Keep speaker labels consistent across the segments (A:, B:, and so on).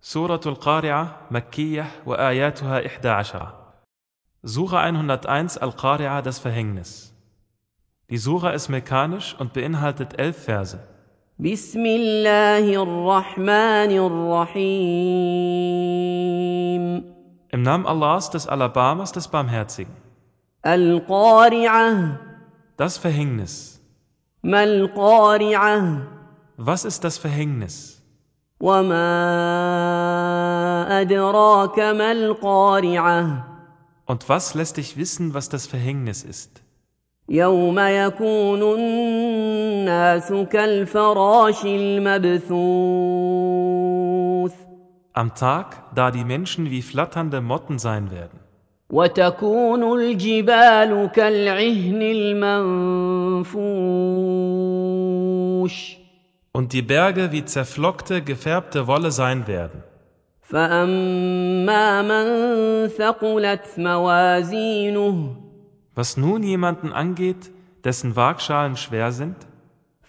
A: Surah Al-Qari'ah, Makkiyah, wa ayatuha 11. Sura 101 Al-Qari'ah, das Verhängnis. Die Sura ist mekanisch und beinhaltet elf Verse.
B: بسم الله الرحمن الرحيم
A: Im Namen Allahs des Alabamas des Barmherzigen.
B: القارعة
A: Das Verhängnis.
B: ما القارعة
A: Was ist das Verhängnis?
B: وما أدراك ما القارعة
A: Und was lässt dich wissen, was das Verhängnis ist?
B: يوم يكون الناس كالفراش المبثوث
A: Am Tag, da die Menschen wie flatternde Motten sein werden.
B: وتكون الجبال كالعهن المنفوش
A: Und die Berge wie zerflockte, gefärbte Wolle sein werden.
B: فاما من ثقلت موازينه
A: Was nun jemanden angeht, dessen Waagschalen schwer sind,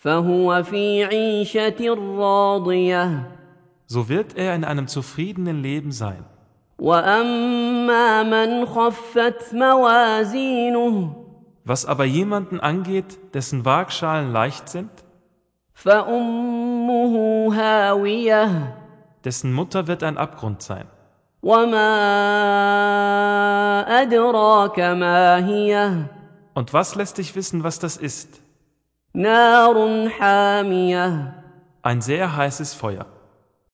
B: فهو في عيشه راضيه
A: so wird er in einem zufriedenen Leben sein.
B: واما من خفت موازينه
A: Was aber jemanden angeht, dessen Waagschalen leicht sind,
B: فامه هاويه
A: dessen Mutter wird ein Abgrund sein.
B: وما ادراك ما هي
A: Und was lässt dich wissen, was das ist?
B: نار حاميه
A: Ein sehr heißes Feuer.